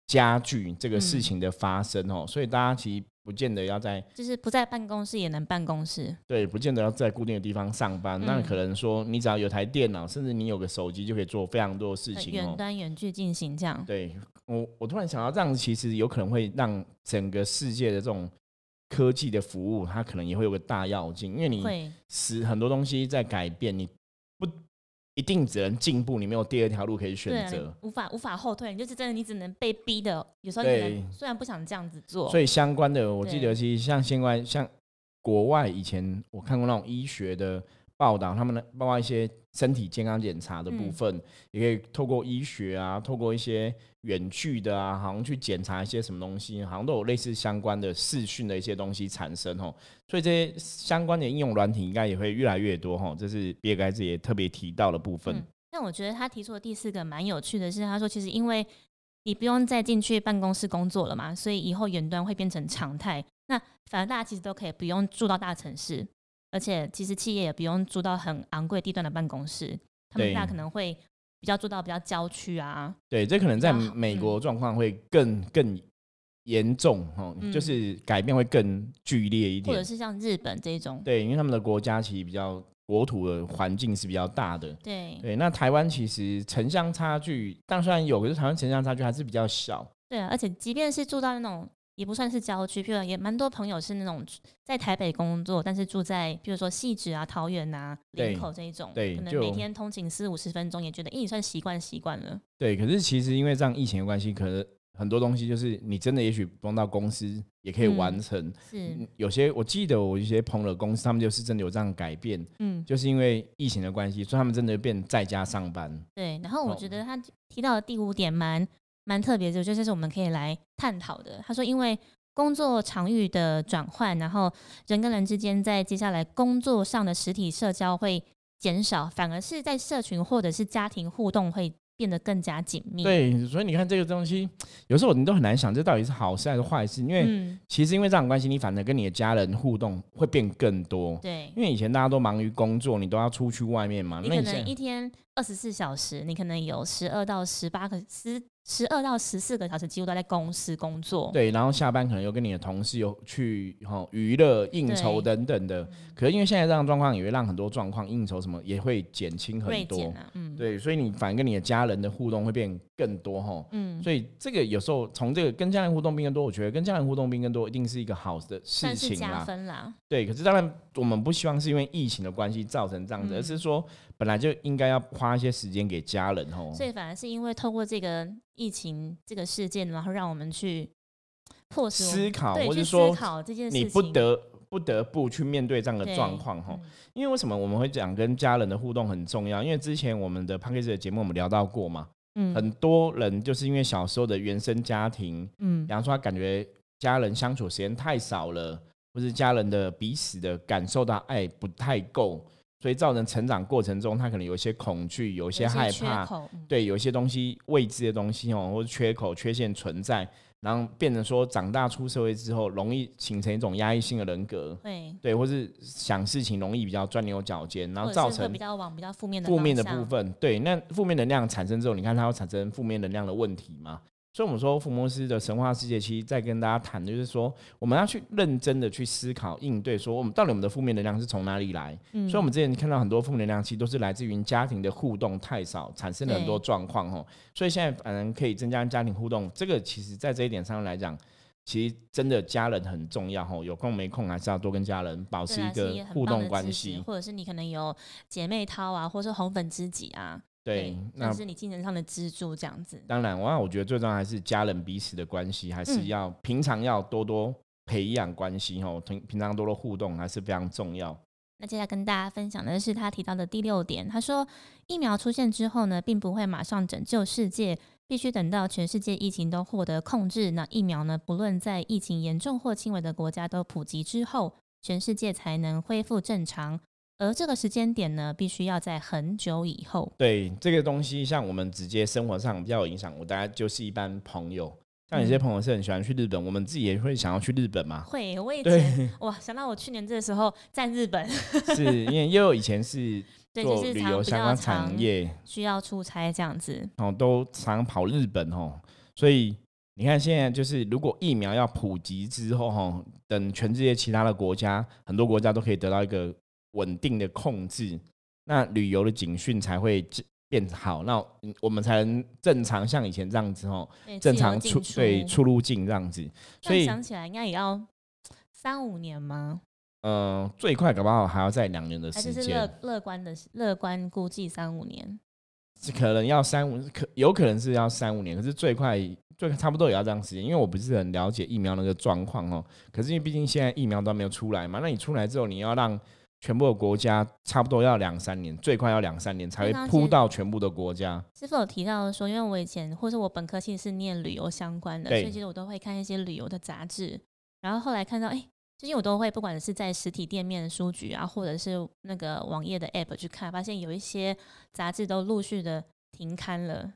Speaker 1: 加剧这个
Speaker 2: 嗯
Speaker 1: 事情的发生哦，所以大家其实不见得要在
Speaker 2: 就是不在办公室也能办公室。
Speaker 1: 对，不见得要在固定的地方上班，那
Speaker 2: 嗯
Speaker 1: 可能说你只要有台电脑，甚至你有个手机就可以做非常多的事
Speaker 2: 对
Speaker 1: 情
Speaker 2: 呃远
Speaker 1: 哦。
Speaker 2: 端远距进行这样。
Speaker 1: 对我，我突然想到，这样其实有可能会让整个世界的这种科技的服务，它可能也会有个大跃进，因为你
Speaker 2: 会，
Speaker 1: 使很多东西在改变，你不一定只能进步，你没有第二条路可以
Speaker 2: 对
Speaker 1: 选
Speaker 2: 啊，
Speaker 1: 择
Speaker 2: 你。无法无法后退，你就是真的，你只能被逼的。有时候你可能
Speaker 1: 对
Speaker 2: 虽然不想这样子做，
Speaker 1: 所以相关的，我记得
Speaker 2: 对
Speaker 1: 其实像现在像国外以前我看过那种医学的报道，他们的包括一些身体健康检查的部
Speaker 2: 嗯
Speaker 1: 分，也可以透过医学啊，透过一些远距的啊，好像去检查一些什么东西，好像都有类似相关的视讯的一些东西产生哦。所以这些相关的应用软体应该也会越来越多哦。这是比尔盖茨也特别提到的部分。
Speaker 2: 嗯但我觉得他提出的第四个蛮有趣的是，他说其实因为你不用再进去办公室工作了嘛，所以以后远端会变成常态。那反而大家其实都可以不用住到大城市，而且其实企业也不用住到很昂贵地段的办公室，他们
Speaker 1: 对
Speaker 2: 大家可能会比较住到比较郊区啊。
Speaker 1: 对，这可能在
Speaker 2: 比较好
Speaker 1: 美国状况会更更严重哦，
Speaker 2: 嗯
Speaker 1: 就是改变会更剧烈一
Speaker 2: 或者
Speaker 1: 点。
Speaker 2: 是像日本这种，
Speaker 1: 对，因为他们的国家其实比较国土的环境是比较大的。
Speaker 2: 对
Speaker 1: 对，那台湾其实城乡差距，但虽然有，可是台湾城乡差距还是比较小。
Speaker 2: 对啊，而且即便是住到那种也不算是郊区，譬如也蛮多朋友是那种住在台北工作，但是住在譬如说汐止啊、桃园啊、
Speaker 1: 对
Speaker 2: 林口这一种，
Speaker 1: 对
Speaker 2: 可能
Speaker 1: 就
Speaker 2: 每天通勤四五十分钟，也觉得，哎、你算习惯习惯了。
Speaker 1: 对，可是其实因为这样疫情的关系，可能很多东西就是你真的也许不用到公司也可以
Speaker 2: 嗯
Speaker 1: 完成。
Speaker 2: 是，
Speaker 1: 有些我记得我一些朋友的公司，他们就是真的有这样改变，
Speaker 2: 嗯，
Speaker 1: 就是因为疫情的关系，所以他们真的变在家上班。
Speaker 2: 对。然后我
Speaker 1: 哦
Speaker 2: 觉得他提到的第五点蛮蛮特别的，就是是我们可以来探讨的。他说，因为工作场域的转换，然后人跟人之间在接下来工作上的实体社交会减少，反而是在社群或者是家庭互动会变得更加紧密。
Speaker 1: 对，所以你看这个东西，有时候你都很难想这到底是好事还是坏事，因为
Speaker 2: 嗯，
Speaker 1: 其实因为这样的关系，你反而跟你的家人互动会变更多。
Speaker 2: 对，
Speaker 1: 因为以前大家都忙于工作，你都要出去外面嘛，
Speaker 2: 你
Speaker 1: 那
Speaker 2: 可
Speaker 1: 你
Speaker 2: 能
Speaker 1: 现在
Speaker 2: 一天二十四小时，你可能有十二到十八个十十二到十四个小时，几乎都在公司工作。
Speaker 1: 对，然后下班可能又跟你的同事有去哈娱乐、应酬等等
Speaker 2: 嗯
Speaker 1: 的。可是因为现在这样的状况，也会让很多状况应酬什么也会减轻
Speaker 2: 锐
Speaker 1: 很
Speaker 2: 减
Speaker 1: 多。
Speaker 2: 啊，嗯，，
Speaker 1: 对，所以你反而跟你的家人的互动会变更多吼。
Speaker 2: 嗯，
Speaker 1: 所以这个有时候从这个跟家人互动变更多，我觉得跟家人互动变更多一定是一个好的事
Speaker 2: 算是
Speaker 1: 情
Speaker 2: 加
Speaker 1: 啦。
Speaker 2: 分啦。
Speaker 1: 对，可是当然我们不希望是因为疫情的关系造成这样子，
Speaker 2: 嗯
Speaker 1: 而是说本来就应该要花一些时间给家人哦。
Speaker 2: 所以反而是因为透过这个疫情这个事件，然后让我们去迫使我
Speaker 1: 思
Speaker 2: 们
Speaker 1: 考，
Speaker 2: 对
Speaker 1: 或
Speaker 2: 去
Speaker 1: 者
Speaker 2: 思
Speaker 1: 说
Speaker 2: 考这件事情，
Speaker 1: 你不得不得不去面对这样的
Speaker 2: 对
Speaker 1: 状况哈。
Speaker 2: 嗯
Speaker 1: 因为为什么我们会讲跟家人的互动很重要？因为之前我们的 p a c k a g e 的节目我们聊到过嘛，
Speaker 2: 嗯
Speaker 1: 很多人就是因为小时候的原生家庭，
Speaker 2: 嗯
Speaker 1: 比方说他感觉家人相处时间太少了，或是家人的彼此的感受到爱不太够，所以造成成长过程中他可能有一些恐惧，有一
Speaker 2: 有
Speaker 1: 些害
Speaker 2: 缺
Speaker 1: 怕，
Speaker 2: 口，嗯
Speaker 1: 对，有一些东西未知的东西哦，或者缺口、缺陷存在，然后变成说长大出社会之后，容易形成一种压抑性的人格，
Speaker 2: 会，
Speaker 1: 对，或是想事情容易比较钻牛角尖，然后
Speaker 2: 或者
Speaker 1: 造
Speaker 2: 是会
Speaker 1: 成
Speaker 2: 比较往比较负面的
Speaker 1: 负面的
Speaker 2: 方
Speaker 1: 部
Speaker 2: 向，
Speaker 1: 分，对，那负面能量产生之后，你看它会产生负面能量的问题嘛？所以我们说福摩斯的神话世界，其实在跟大家谈的就是说，我们要去认真的去思考应对，说我们到底我们的负面能量是从哪里来？
Speaker 2: 嗯
Speaker 1: 所以我们之前看到很多负面能量，其实都是来自于家庭的互动太少，产生了很多
Speaker 2: 对
Speaker 1: 状况哦。所以现在反而可以增加家庭互动，这个其实在这一点上来讲，其实真的家人很重要哦。有空没空还是要多跟家人保
Speaker 2: 对
Speaker 1: 持一
Speaker 2: 啊是
Speaker 1: 个
Speaker 2: 也很
Speaker 1: 互
Speaker 2: 棒
Speaker 1: 动
Speaker 2: 的
Speaker 1: 关
Speaker 2: 知识
Speaker 1: 系。
Speaker 2: 或者是你可能有姐妹淘啊，或是红粉知己啊，
Speaker 1: 对，那
Speaker 2: 那是你精神上的支柱这样子。
Speaker 1: 当然，我我觉得最重要还是家人彼此的关系，还是
Speaker 2: 嗯
Speaker 1: 要、平常要多多培养关系哦，平平常多多互动还是非常重要。
Speaker 2: 那接下来跟大家分享的是他提到的第六点，他说疫苗出现之后呢，并不会马上拯救世界，必须等到全世界疫情都获得控制，那疫苗呢，不论在疫情严重或轻微的国家都普及之后，全世界才能恢复正常。而这个时间点呢，必须要在很久以后。
Speaker 1: 对这个东西，像我们直接生活上比较有影响，我大概就是一般朋友，像有些
Speaker 2: 嗯
Speaker 1: 朋友是很喜欢去日本，我们自己也会想要去日本嘛。
Speaker 2: 会，我以
Speaker 1: 对，
Speaker 2: 前哇，想到我去年这个时候在日本，
Speaker 1: 是因为因为我以前是
Speaker 2: 对，就
Speaker 1: 做
Speaker 2: 是
Speaker 1: 旅
Speaker 2: 常
Speaker 1: 游
Speaker 2: 比
Speaker 1: 相
Speaker 2: 较
Speaker 1: 关产
Speaker 2: 常
Speaker 1: 业，
Speaker 2: 需要出差这样子。
Speaker 1: 哦，都常跑日本哦，所以你看现在就是，如果疫苗要普及之后哦，等全世界其他的国家，很多国家都可以得到一个稳定的控制，那旅游的警讯才会这变好，那嗯我们才能正常像以前这样子哦，
Speaker 2: 对
Speaker 1: 正
Speaker 2: 自由
Speaker 1: 常
Speaker 2: 进
Speaker 1: 出对
Speaker 2: 出
Speaker 1: 出入境这样子，所
Speaker 2: 但
Speaker 1: 以
Speaker 2: 想起来应该也要三五年吗？
Speaker 1: 嗯、呃最快搞不好还要再两年的
Speaker 2: 还
Speaker 1: 时
Speaker 2: 是是
Speaker 1: 间
Speaker 2: 乐，乐观的乐观估计三五年？
Speaker 1: 是可能要三五，可有可能是要三五年，可是最快最差不多也要这样时间，因为我不是很了解疫苗那个状况哦。可是因为毕竟现在疫苗都还没有出来嘛，那你出来之后，你要让全部的国家差不多要两三年，最快要两三年才
Speaker 2: 那
Speaker 1: 会
Speaker 2: 当
Speaker 1: 铺
Speaker 2: 然
Speaker 1: 到全部的国家。
Speaker 2: 师傅有提到说，因为我以前或是我本科系是念旅游相关的，所
Speaker 1: 对
Speaker 2: 以其实我都会看一些旅游的杂志。然后后来看到，哎、最近我都会不管是在实体店面、书局啊，或者是那个网页的 app 去看，发现有一些杂志都陆续的停刊了。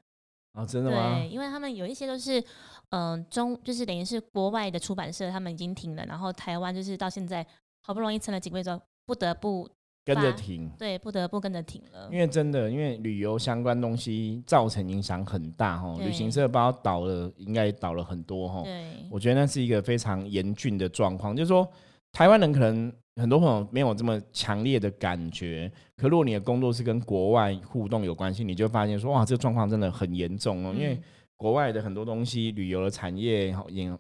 Speaker 1: 啊，真的吗
Speaker 2: 对，？因为他们有一些都是，嗯、中就是等于是国外的出版社他们已经停了，然后台湾就是到现在好不容易撑了几个月之后，不得不
Speaker 1: 跟着
Speaker 2: 吧
Speaker 1: 停，
Speaker 2: 对，不得不跟着停了
Speaker 1: 因。为真的，因为旅游相关东西造成影响很大哦。
Speaker 2: 对
Speaker 1: 旅行社包括倒了，应该也倒了很多哦。
Speaker 2: 对，
Speaker 1: 我觉得那是一个非常严峻的状况，就是说台湾人可能很多朋友没有这么强烈的感觉，可如果你的工作是跟国外互动有关系，你就发现说哇，这个状况真的很严重哦，因为
Speaker 2: 嗯
Speaker 1: 国外的很多东西，旅游的产业、饮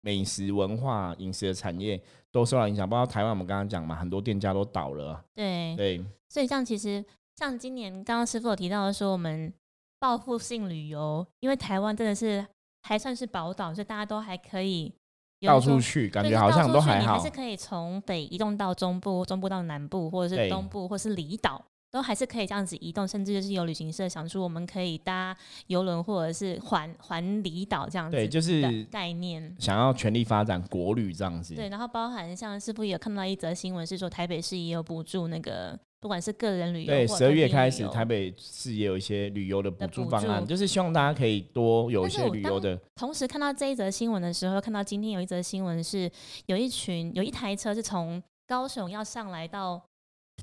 Speaker 1: 美食文化、饮食的产业都受到影响，包括台湾我们刚刚讲嘛，很多店家都倒了，啊
Speaker 2: 对，
Speaker 1: 对
Speaker 2: 所以像其实像今年刚刚师傅有提到说，我们报复性旅游，因为台湾真的是还算是宝岛，所以大家都还可以有
Speaker 1: 到
Speaker 2: 人说
Speaker 1: 处去感
Speaker 2: 对
Speaker 1: 觉
Speaker 2: 就
Speaker 1: 好
Speaker 2: 到
Speaker 1: 像
Speaker 2: 处
Speaker 1: 都
Speaker 2: 去
Speaker 1: 还
Speaker 2: 你
Speaker 1: 好
Speaker 2: 还是，可以从北移动到中部，中部到南部，或者是
Speaker 1: 对
Speaker 2: 东部，或是离岛，都还是可以这样子移动，甚至就是有旅行社想出我们可以搭游轮或者是环环离岛这样子
Speaker 1: 对，就
Speaker 2: 的
Speaker 1: 是
Speaker 2: 概念。
Speaker 1: 想要全力发展国旅这样子，
Speaker 2: 对，然后包含像师傅也有看到一则新闻，是说台北市也有补助那个，不管是个人旅游
Speaker 1: 对，
Speaker 2: 或
Speaker 1: 十二
Speaker 2: 团
Speaker 1: 月
Speaker 2: 体
Speaker 1: 开
Speaker 2: 旅
Speaker 1: 始，
Speaker 2: 游
Speaker 1: 台北市也有一些旅游的补
Speaker 2: 的
Speaker 1: 助
Speaker 2: 补
Speaker 1: 方案，
Speaker 2: 助
Speaker 1: 就是希望大家可以多有一
Speaker 2: 但是
Speaker 1: 些
Speaker 2: 我
Speaker 1: 旅
Speaker 2: 当
Speaker 1: 游的，
Speaker 2: 同时看到这一则新闻的时候，看到今天有一则新闻是有一群有一台车是从高雄要上来到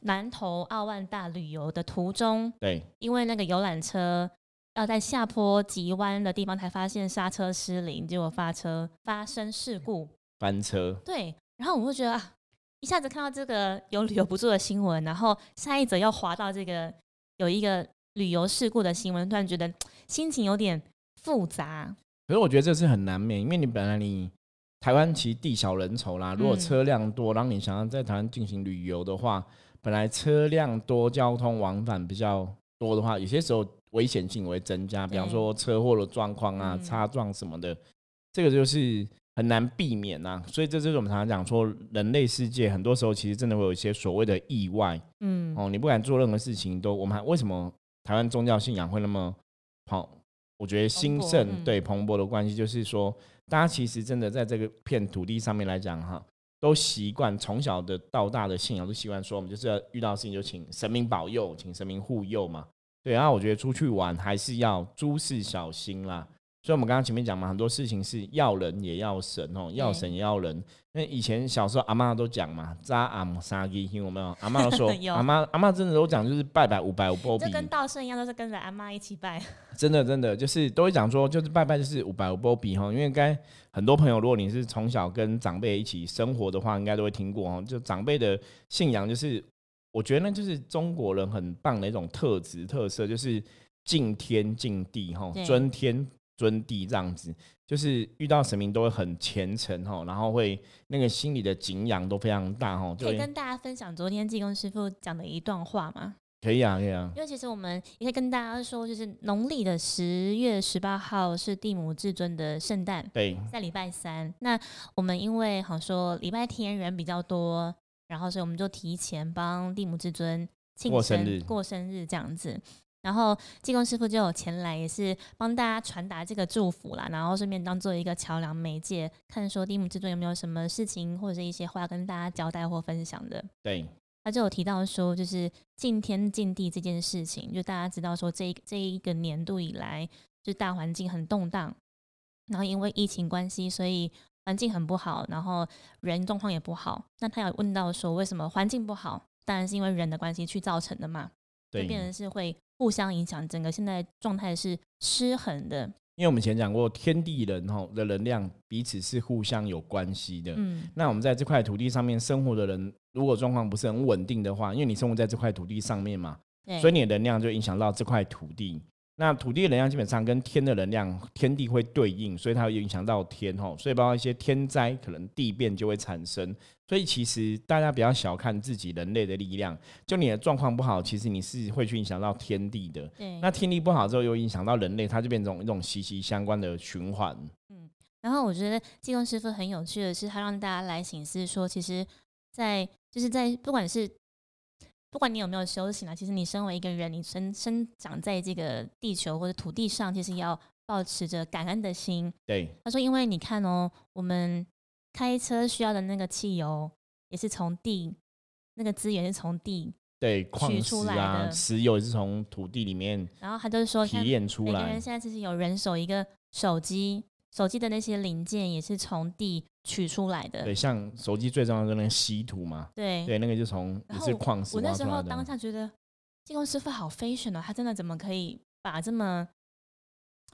Speaker 2: 南投奥万大旅游的途中，
Speaker 1: 对
Speaker 2: 因为那个游览车要在下坡急弯的地方才发现刹车失灵，结果发车发生事故。
Speaker 1: 翻车，
Speaker 2: 对，然后我会觉得啊，一下子看到这个有旅游不住的新闻，然后下一则又滑到这个有一个旅游事故的新闻，突然觉得心情有点复杂。
Speaker 1: 可是我觉得这是很难免，因为你本来你台湾其实地小人稠啦，如果
Speaker 2: 嗯
Speaker 1: 车辆多，然后你想要在台湾进行旅游的话，本来车辆多，交通往返比较多的话，有些时候危险性会增加，比方
Speaker 2: 对
Speaker 1: 说车祸的状况啊、
Speaker 2: 嗯
Speaker 1: 擦撞什么的，这个就是很难避免呐、所以这就是我们常常讲说，人类世界很多时候其实真的会有一些所谓的意外。
Speaker 2: 嗯，
Speaker 1: 哦，你不敢做任何事情都，我们还为什么台湾宗教信仰会那么好？我觉得兴
Speaker 2: 勃
Speaker 1: 盛
Speaker 2: 嗯
Speaker 1: 对蓬勃的关系，就是说，大家其实真的在这个片土地上面来讲哈，都习惯从小的到大的信仰都习惯说，我们就是要遇到事情就请神明保佑，请神明护佑嘛。对，然后我觉得出去玩还是要诸事小心啦。所以我们刚刚前面讲嘛，很多事情是要人也要神哦，要神也要人。那以前小时候阿妈都讲嘛，扎阿姆沙基，听过没有？阿妈都说，
Speaker 2: 有
Speaker 1: 阿妈阿妈真的都讲，就是拜拜五百五波比
Speaker 2: 就，跟道圣一样，都是跟着阿妈一起拜。
Speaker 1: 真的真的就是都会讲说，就是拜拜就是五百五波比哈。因为该很多朋友，如果你是从小跟长辈一起生活的话，应该都会听过哦。就长辈的信仰，就是我觉得那就是中国人很棒的一种特质特色，就是敬天敬地哈，
Speaker 2: 对
Speaker 1: 尊天尊地这样子，就是遇到神明都会很虔诚哈，然后会那个心里的敬仰都非常大哈，就
Speaker 2: 可以
Speaker 1: 会
Speaker 2: 跟大家分享昨天济公师傅讲的一段话吗？
Speaker 1: 可以啊可以啊，
Speaker 2: 因为其实我们也可以跟大家说，就是农历的十月十八号是地母至尊的圣诞，
Speaker 1: 对
Speaker 2: 在礼拜三。那我们因为好像说礼拜天人比较多，然后所以我们就提前帮地母至尊庆
Speaker 1: 过
Speaker 2: 生
Speaker 1: 生日
Speaker 2: 过生日这样子。然后济公师傅就有前来，也是帮大家传达这个祝福啦，然后顺便当做一个桥梁媒介，看说地母至尊有没有什么事情或者是一些话跟大家交代或分享的。
Speaker 1: 对
Speaker 2: 他就有提到说，就是敬天敬地这件事情，就大家知道说这一这一个年度以来，就是大环境很动荡，然后因为疫情关系，所以环境很不好，然后人状况也不好。那他有问到说，为什么环境不好？当然是因为人的关系去造成的嘛，就
Speaker 1: 对，
Speaker 2: 变成是会互相影响，整个现在状态是失衡的。
Speaker 1: 因为我们以前讲过，天地人吼的能量彼此是互相有关系的。
Speaker 2: 嗯，
Speaker 1: 那我们在这块土地上面生活的人，如果状况不是很稳定的话，因为你生活在这块土地上面嘛，
Speaker 2: 对，
Speaker 1: 所以你的能量就影响到这块土地。那土地的能量基本上跟天的能量，天地会对应，所以它会影响到天吼，所以包括一些天灾，可能地变就会产生。所以其实大家不要小看自己人类的力量，就你的状况不好，其实你是会去影响到天地的。
Speaker 2: 对
Speaker 1: 那天力不好之后，又影响到人类，它就变成一种一种息息相关的循环。
Speaker 2: 然后我觉得济公师傅很有趣的是，他让大家来醒思说，其实在，就是在不管是不管你有没有修行啊，其实你身为一个人，你生生长在这个地球或者土地上，其实要保持着感恩的心。
Speaker 1: 对，
Speaker 2: 他说，因为你看哦，我们开车需要的那个汽油也是从地，那个资源是从地，
Speaker 1: 对，矿
Speaker 2: 取出
Speaker 1: 石
Speaker 2: 来
Speaker 1: 啊，
Speaker 2: 的
Speaker 1: 石油也是从土地里面
Speaker 2: 然后他就是说，
Speaker 1: 提
Speaker 2: 看
Speaker 1: 炼出
Speaker 2: 每个
Speaker 1: 来
Speaker 2: 人。现在其实有人手一个手机，手机的那些零件也是从地取出来的。
Speaker 1: 对，像手机最重要的那个稀土嘛，
Speaker 2: 对
Speaker 1: 对，那个就从也
Speaker 2: 然后
Speaker 1: 是矿石
Speaker 2: 我那
Speaker 1: 挖
Speaker 2: 时
Speaker 1: 出来
Speaker 2: 候当
Speaker 1: 的。
Speaker 2: 下觉得济公师傅好 fashion 哦，他真的怎么可以把这么，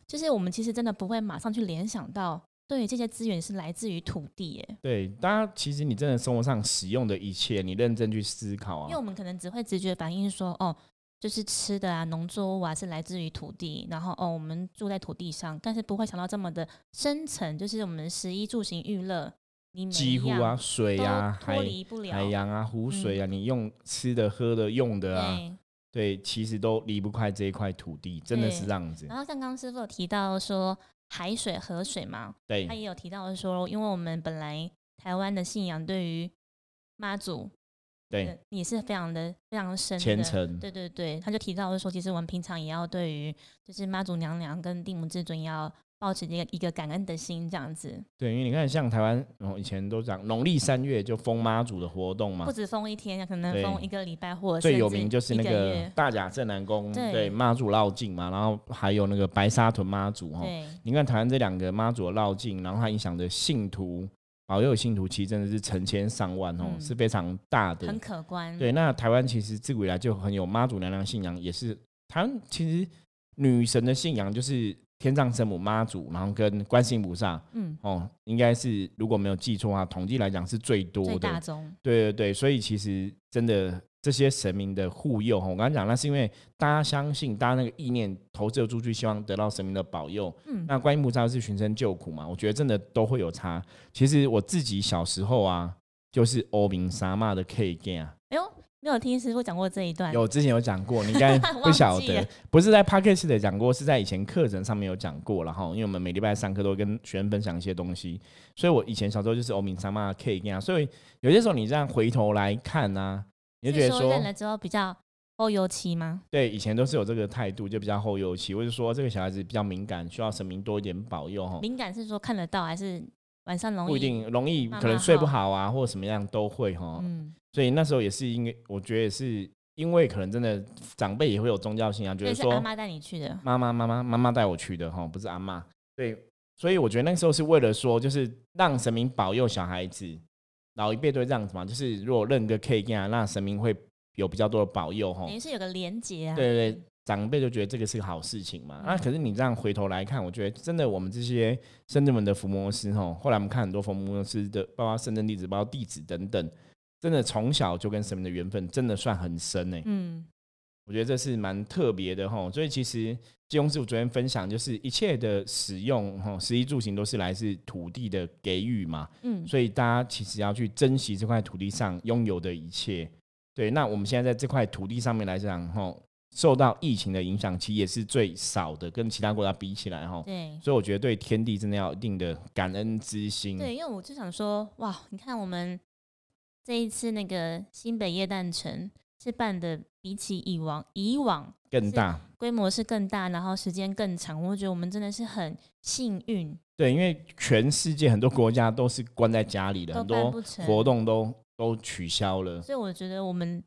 Speaker 2: 就是我们其实真的不会马上去联想到，对于这些资源是来自于土地耶，
Speaker 1: 对，大家其实你真的生活上使用的一切，你认真去思考
Speaker 2: 因为
Speaker 1: 啊。
Speaker 2: 我们可能只会直觉反应说，哦，就是吃的啊，农作物啊是来自于土地，然后哦，我们住在土地上，但是不会想到这么的深层，就是我们食衣住行娱乐，你每
Speaker 1: 几
Speaker 2: 一
Speaker 1: 乎
Speaker 2: 样
Speaker 1: 啊，水
Speaker 2: 都
Speaker 1: 啊，海
Speaker 2: 脱离不了嗯
Speaker 1: 海洋啊，湖水啊，你用吃的、喝的、用的啊，
Speaker 2: 对。
Speaker 1: 对，其实都离不开这一块土地，真的
Speaker 2: 对
Speaker 1: 是这样子
Speaker 2: 然。后像刚刚师傅有提到说海水、河水嘛，
Speaker 1: 对
Speaker 2: 他，也有提到说，因为我们本来台湾的信仰对于妈祖，
Speaker 1: 对
Speaker 2: 呃，也是非常的非常深的
Speaker 1: 虔。诚，
Speaker 2: 对对对，他就提到说，其实我们平常也要对于就是妈祖娘娘跟地母至尊要保持一个一个感恩的心，这样子，
Speaker 1: 对，因为你看，像台湾，哦，以前都讲农历三月就封妈祖的活动嘛
Speaker 2: 不，止封一天，可能
Speaker 1: 对
Speaker 2: 封一个礼拜或者
Speaker 1: 最
Speaker 2: 甚
Speaker 1: 有
Speaker 2: 至
Speaker 1: 名就是那
Speaker 2: 一个
Speaker 1: 个
Speaker 2: 月
Speaker 1: 大甲镇南宫，
Speaker 2: 对
Speaker 1: 对妈祖绕境嘛，然后还有那个白沙屯妈祖哦。
Speaker 2: 对
Speaker 1: 你看台湾这两个妈祖的绕境，然后它影响的信徒保佑的信徒，其实真的是成千上万哦，
Speaker 2: 嗯
Speaker 1: 是非常大的
Speaker 2: 很。可观，
Speaker 1: 对，那台湾其实自古以来就很有妈祖娘娘信仰，也是台湾其实女神的信仰就是天上圣母妈祖，然后跟观世音菩萨
Speaker 2: 嗯，
Speaker 1: 哦，应该是如果没有记错啊，统计来讲是最多
Speaker 2: 最
Speaker 1: 的
Speaker 2: 大。宗，
Speaker 1: 对对对，所以其实真的这些神明的护佑，吼我刚刚讲那是因为大家相信，大家那个意念投射出去，希望得到神明的保佑。
Speaker 2: 嗯，
Speaker 1: 那观音菩萨是寻声救苦嘛，我觉得真的都会有差。其实我自己小时候啊，就是欧明沙骂的 K g 啊，
Speaker 2: 哎呦，没有听师傅讲过这一段，
Speaker 1: 有之前有讲过，你应 该不
Speaker 2: 忘
Speaker 1: 晓
Speaker 2: 记了
Speaker 1: 得，不是在 podcast 的讲过，是在以前课程上面有讲过了哈。因为我们每礼拜上课都会跟学生分享一些东西，所以我以前小时候就是欧明沙骂 K g 啊，所以有些时候你这样回头来看啊，你就觉
Speaker 2: 是
Speaker 1: 得
Speaker 2: 说
Speaker 1: 说
Speaker 2: 认了之后比较后油期吗？
Speaker 1: 对，以前都是有这个态度，就比较后尤其，或者说这个小孩子比较敏感，需要神明多一点保佑哈。
Speaker 2: 敏感是说看得到，还是晚上容易？
Speaker 1: 不一定容易，
Speaker 2: 慢
Speaker 1: 可能
Speaker 2: 慢
Speaker 1: 睡不
Speaker 2: 耗
Speaker 1: 好啊，或者什么样都会哈。
Speaker 2: 嗯，
Speaker 1: 所以那时候也是因为，我觉得也是因为可能真的长辈也会有宗教信仰，觉
Speaker 2: 这
Speaker 1: 得
Speaker 2: 是阿
Speaker 1: 说
Speaker 2: 妈带你去的，
Speaker 1: 妈妈妈妈妈妈带我去的哈，不是阿妈。对，所以我觉得那时候是为了说，就是让神明保佑小孩子，老一辈都会这样子嘛，就是如果认个 K 啊，那神明会有比较多的保佑吼
Speaker 2: 等。于是有个连结啊。
Speaker 1: 对对对，长辈就觉得这个是个好事情嘛。那、啊可是你这样回头来看，我觉得真的我们这些深圳们的伏魔师吼，后来我们看很多伏魔师的，包括深圳弟子，包括弟子等等，真的从小就跟神明的缘分真的算很深欸呢、
Speaker 2: 嗯，
Speaker 1: 我觉得这是蛮特别的吼，所以其实金庸师傅昨天分享，就是一切的使用吼，食衣住行都是来自土地的给予嘛，
Speaker 2: 嗯
Speaker 1: 所以大家其实要去珍惜这块土地上拥有的一切。对，那我们现在在这块土地上面来讲吼，受到疫情的影响，其实也是最少的，跟其他国家比起来吼，
Speaker 2: 对
Speaker 1: 所以我觉得对天地真的要有一定的感恩之心。
Speaker 2: 对，因为我就想说，哇，你看我们这一次那个新北夜诞城是办的，比起以往以往
Speaker 1: 更大。
Speaker 2: 规模是更大，然后时间更长，我觉得我们真的是很幸运，
Speaker 1: 对，因为全世界很多国家都是关在家里的，
Speaker 2: 都
Speaker 1: 很
Speaker 2: 办
Speaker 1: 多
Speaker 2: 不成
Speaker 1: 活动都都取消了。
Speaker 2: 所以我觉得我们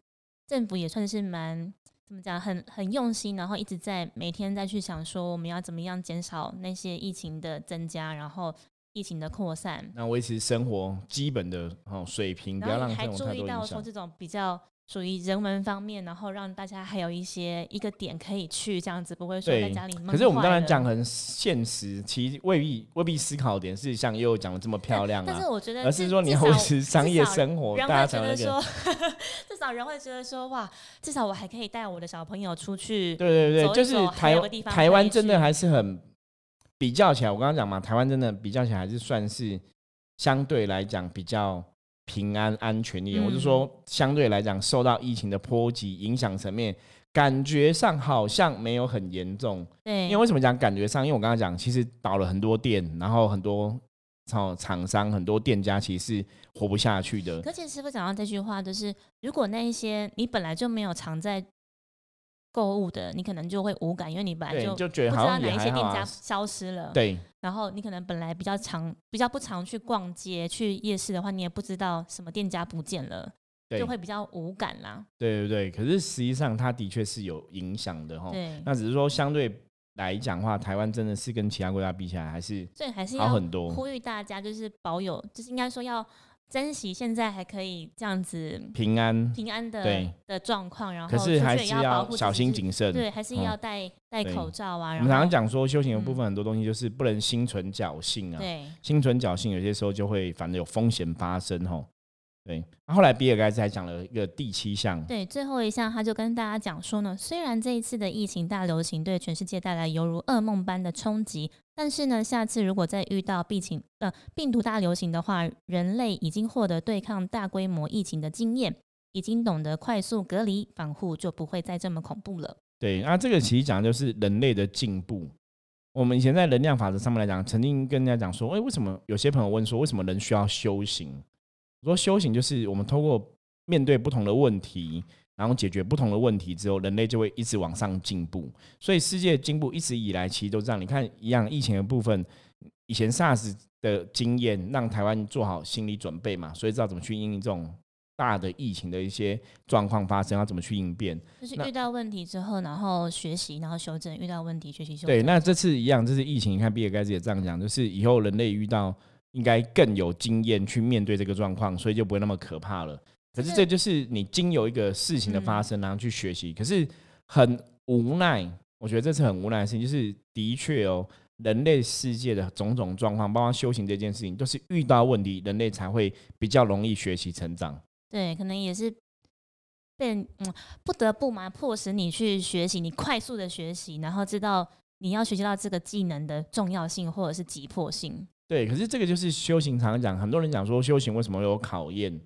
Speaker 2: 政府也算是蛮怎么讲，很很用心，然后一直在每天再去想说我们要怎么样减少那些疫情的增加，然后疫情的扩散，
Speaker 1: 那维持生活基本的哦水平，不要
Speaker 2: 然后
Speaker 1: 让
Speaker 2: 你还
Speaker 1: 生活
Speaker 2: 注
Speaker 1: 太
Speaker 2: 意
Speaker 1: 多
Speaker 2: 到
Speaker 1: 影
Speaker 2: 说
Speaker 1: 响。
Speaker 2: 这种比较。属于人文方面，然后让大家还有一些一个点可以去，这样子不会说在
Speaker 1: 对
Speaker 2: 家里闷坏了。
Speaker 1: 可是我们当然讲很现实，其实未必未必思考点是像悠悠讲的这么漂亮
Speaker 2: 但
Speaker 1: 啊
Speaker 2: 是，我觉得至，
Speaker 1: 而是说你要
Speaker 2: 至
Speaker 1: 维
Speaker 2: 少
Speaker 1: 持商业
Speaker 2: 至少
Speaker 1: 生活，
Speaker 2: 人
Speaker 1: 大
Speaker 2: 会
Speaker 1: 家才
Speaker 2: 觉
Speaker 1: 会
Speaker 2: 得
Speaker 1: 那个。
Speaker 2: 说，至少人会觉得说，哇，至少我还可以带我的小朋友出去。
Speaker 1: 对对对，
Speaker 2: 走一
Speaker 1: 就是
Speaker 2: 走还
Speaker 1: 台
Speaker 2: 有个地方可
Speaker 1: 台
Speaker 2: 以
Speaker 1: 湾真的
Speaker 2: 去
Speaker 1: 还是很比较起来，我刚刚讲嘛，台湾真的比较起来还是算是相对来讲比较平安安全一点。我是
Speaker 2: 嗯
Speaker 1: 说，相对来讲受到疫情的波及影响层面，感觉上好像没有很严重。
Speaker 2: 对，
Speaker 1: 因为为什么讲感觉上？因为我刚刚讲，其实倒了很多店，然后很多厂厂商、很多店家其实是活不下去的。
Speaker 2: 可其实师傅讲到这句话，就是如果那一些你本来就没有常在购物的，你可能就会无感，因为你本来
Speaker 1: 对，
Speaker 2: 就
Speaker 1: 你
Speaker 2: 不
Speaker 1: 就觉
Speaker 2: 知
Speaker 1: 得好
Speaker 2: 道
Speaker 1: 像
Speaker 2: 哪
Speaker 1: 也
Speaker 2: 一些
Speaker 1: 还
Speaker 2: 店
Speaker 1: 好、
Speaker 2: 家
Speaker 1: 啊。
Speaker 2: 消失了。
Speaker 1: 对，
Speaker 2: 然后你可能本来比较常、比较不常去逛街、去夜市的话，你也不知道什么店家不见了，
Speaker 1: 对
Speaker 2: 就会比较无感啦。
Speaker 1: 对对对。可是实际上，它的确是有影响的哈。
Speaker 2: 对，
Speaker 1: 哦那只是说，相对来讲的话，台湾真的是跟其他国家比起来，还是
Speaker 2: 所以还是
Speaker 1: 好
Speaker 2: 要
Speaker 1: 很多。
Speaker 2: 呼吁大家，就是保有，就是应该说要珍惜现在还可以这样子
Speaker 1: 平安，
Speaker 2: 平安的
Speaker 1: 对
Speaker 2: 的状况，然后
Speaker 1: 可
Speaker 2: 出去
Speaker 1: 是还
Speaker 2: 也
Speaker 1: 是
Speaker 2: 保
Speaker 1: 要
Speaker 2: 护自
Speaker 1: 小
Speaker 2: 己
Speaker 1: 心
Speaker 2: 就是
Speaker 1: 谨慎。
Speaker 2: 对，还是
Speaker 1: 嗯
Speaker 2: 要戴戴
Speaker 1: 对
Speaker 2: 口罩啊。
Speaker 1: 我们
Speaker 2: 然后
Speaker 1: 常常讲说，修行的部
Speaker 2: 嗯
Speaker 1: 分很多东西就是不能心存侥幸啊。
Speaker 2: 对，
Speaker 1: 心存侥幸，有些时候就会反正有风险发生吼。对，那后来比尔盖茨还讲了一个第七项，
Speaker 2: 对，最后一项他就跟大家讲说呢，虽然这一次的疫情大流行对全世界带来犹如噩梦般的冲击，但是呢，下次如果再遇到病情呃病毒大流行的话，人类已经获得对抗大规模疫情的经验，已经懂得快速隔离防护，就不会再这么恐怖了。
Speaker 1: 对，啊那这个其实讲的就是人类的进步。我们以前在能量法则上面来讲，曾经跟人家讲说，哎，为什么有些朋友问说，为什么人需要修行？我说修行就是我们通过面对不同的问题，然后解决不同的问题之后，人类就会一直往上进步。所以世界进步一直以来其实都这样。你看，一样疫情的部分，以前 SARS 的经验让台湾做好心理准备嘛，所以知道怎么去应应这种大的疫情的一些状况发生，要怎么去应变。
Speaker 2: 就是
Speaker 1: 那
Speaker 2: 遇到问题之后，然后学习，然后修正；遇到问题，学习修正。
Speaker 1: 对，那这次一样，这次疫情，你看比尔盖茨也这样讲，就是以后人类遇到应该更有经验去面对这个状况，所以就不会那么可怕了。可是嗯
Speaker 2: 这
Speaker 1: 这就是你经由一个事情的发生，然后去学习，可是很无奈，我觉得这是很无奈的事情，就是的确哦，人类世界的种种状况，包括修行这件事情，都是遇到问题，人类才会比较容易学习成长。
Speaker 2: 对，可能也是被嗯不得不嘛，迫使你去学习，你快速的学习，然后知道你要学习到这个技能的重要性或者是急迫性。
Speaker 1: 对，可是这个就是修行常常讲，很多人讲说修行为什么有考验？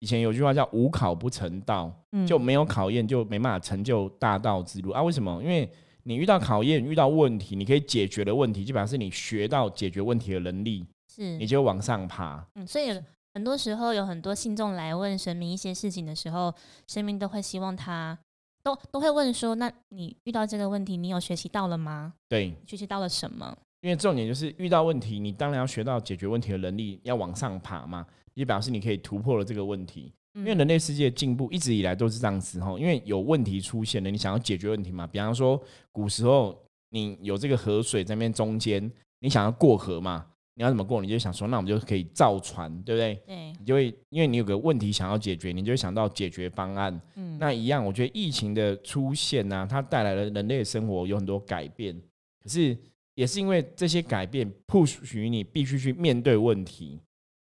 Speaker 1: 以前有句话叫“无考不成道”，
Speaker 2: 嗯，
Speaker 1: 就没有考验，就没办法成就大道之路啊？为什么？因为你遇到考验、遇到问题，你可以解决的问题，基本上是你学到解决问题的能力，
Speaker 2: 是
Speaker 1: 你就往上爬。
Speaker 2: 嗯，所以很多时候有很多信众来问神明一些事情的时候，神明都会希望他都都会问说：那你遇到这个问题，你有学习到了吗？
Speaker 1: 对，
Speaker 2: 你学习到了什么？
Speaker 1: 因为重点就是遇到问题，你当然要学到解决问题的能力，要往上爬嘛，也表示你可以突破了这个问题。因为
Speaker 2: 嗯
Speaker 1: 人类世界进步一直以来都是这样子哈，因为有问题出现了，你想要解决问题嘛。比方说，古时候你有这个河水在那边中间，你想要过河嘛，你要怎么过，你就想说，那我们就可以造船，对不对？
Speaker 2: 对，
Speaker 1: 你就会因为你有个问题想要解决，你就会想到解决方案。
Speaker 2: 嗯，
Speaker 1: 那一样，我觉得疫情的出现呢、它带来了人类生活有很多改变，可是也是因为这些改变 push 于你必须去面对问题，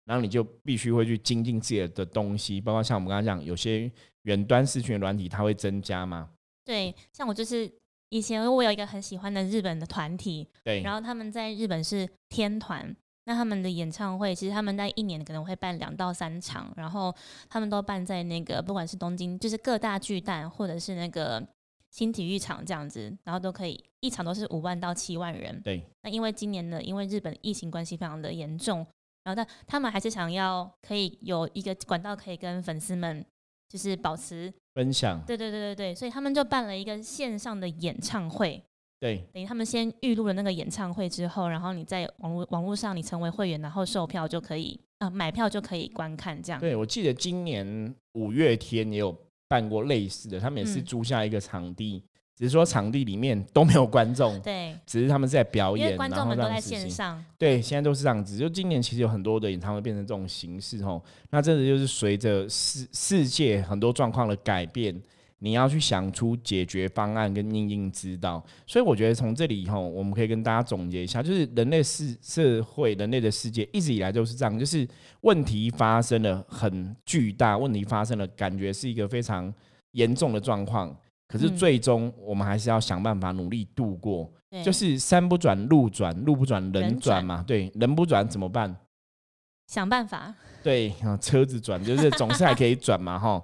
Speaker 1: 然后你就必须会去精进自己的东西，包括像我们刚刚讲，有些远端视讯的软体它会增加嘛，
Speaker 2: 对，像我就是以前我有一个很喜欢的日本的团体，
Speaker 1: 对，
Speaker 2: 然后他们在日本是天团，那他们的演唱会其实他们在一年可能会办两到三场，然后他们都办在那个不管是东京，就是各大巨蛋或者是那个新体育场这样子，然后都可以一场都是五万到七万人。
Speaker 1: 对，
Speaker 2: 那因为今年呢，因为日本疫情关系非常的严重，然后但他们还是想要可以有一个管道可以跟粉丝们就是保持，
Speaker 1: 分享，
Speaker 2: 对对对对对，所以他们就办了一个线上的演唱会。
Speaker 1: 对，
Speaker 2: 等于他们先预录了那个演唱会之后，然后你在网络网络上你成为会员，然后售票就可以啊、买票就可以观看这样。
Speaker 1: 对，我记得今年五月天也有办过类似的，他们也是
Speaker 2: 嗯
Speaker 1: 租下一个场地，只是说场地里面都没有观众，
Speaker 2: 对，
Speaker 1: 只是他们是在表
Speaker 2: 因
Speaker 1: 演，
Speaker 2: 为观众
Speaker 1: 然
Speaker 2: 们都
Speaker 1: 后让
Speaker 2: 在
Speaker 1: 事情
Speaker 2: 线上，
Speaker 1: 对，现在都是这样子。就今年其实有很多的演唱会变成这种形式哦。那真的就是随着世世界很多状况的改变，你要去想出解决方案跟应应之道。所以我觉得从这里以后，我们可以跟大家总结一下，就是人类世社会、人类的世界一直以来都是这样，就是问题发生了很巨大，问题发生了，感觉是一个非常严重的状况。可是
Speaker 2: 嗯
Speaker 1: 最终，我们还是要想办法努力度过。
Speaker 2: 对，
Speaker 1: 就是山不转路转，路不转人
Speaker 2: 人
Speaker 1: 转
Speaker 2: 转
Speaker 1: 嘛。对，人不转怎么办？
Speaker 2: 想 办法。
Speaker 1: 对，啊车子转就是总是还可以转嘛，哈。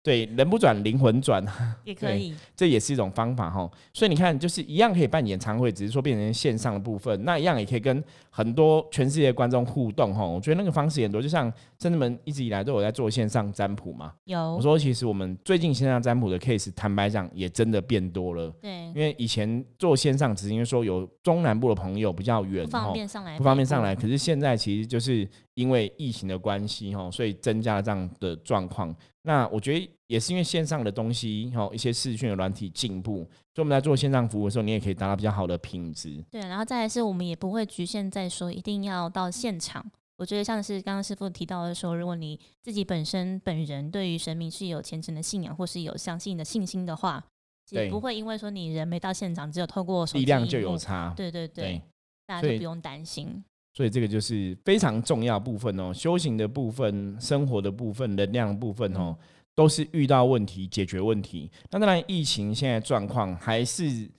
Speaker 1: 对，人不转灵魂转，
Speaker 2: 也可以，
Speaker 1: 这也是一种方法哈。所以你看，就是一样可以办演唱会，只是说变成线上的部分，那一样也可以跟很多全世界的观众互动哈。我觉得那个方式也很多，就像真的们一直以来都有在做线上占卜嘛。我
Speaker 2: 有
Speaker 1: 说，其实我们最近线上占卜的 case，坦白讲也真的变多了。
Speaker 2: 对
Speaker 1: 因为以前做线上，只是因为说有中南部的朋友比较远，
Speaker 2: 不方
Speaker 1: 吼
Speaker 2: 便上来，
Speaker 1: 不方便上来。。可是现在其实就是因为疫情的关系哈，所以增加了这样的状况。那我觉得也是因为线上的东西哈，一些视讯的软体进步，所以我们在做线上服务的时候，你也可以达到比较好的品质。
Speaker 2: 对，然后再来是我们也不会局限在说一定要到现场。我觉得像是刚刚师傅提到的说，如果你自己本身本人对于神明是有虔诚的信仰，或是有相信的信心的话，
Speaker 1: 对
Speaker 2: 也不会因为说你人没到现场，只有透过手
Speaker 1: 力
Speaker 2: 机
Speaker 1: 量
Speaker 2: 荧
Speaker 1: 就有
Speaker 2: 幕
Speaker 1: 差，
Speaker 2: 对对对，
Speaker 1: 对
Speaker 2: 大家
Speaker 1: 所
Speaker 2: 就
Speaker 1: 以
Speaker 2: 不用担心。
Speaker 1: 所以这个就是非常重要的部分哦，修行的部分、生活的部分、能量的部分哦，都是遇到问题解决问题。那当然，疫情现在状况还是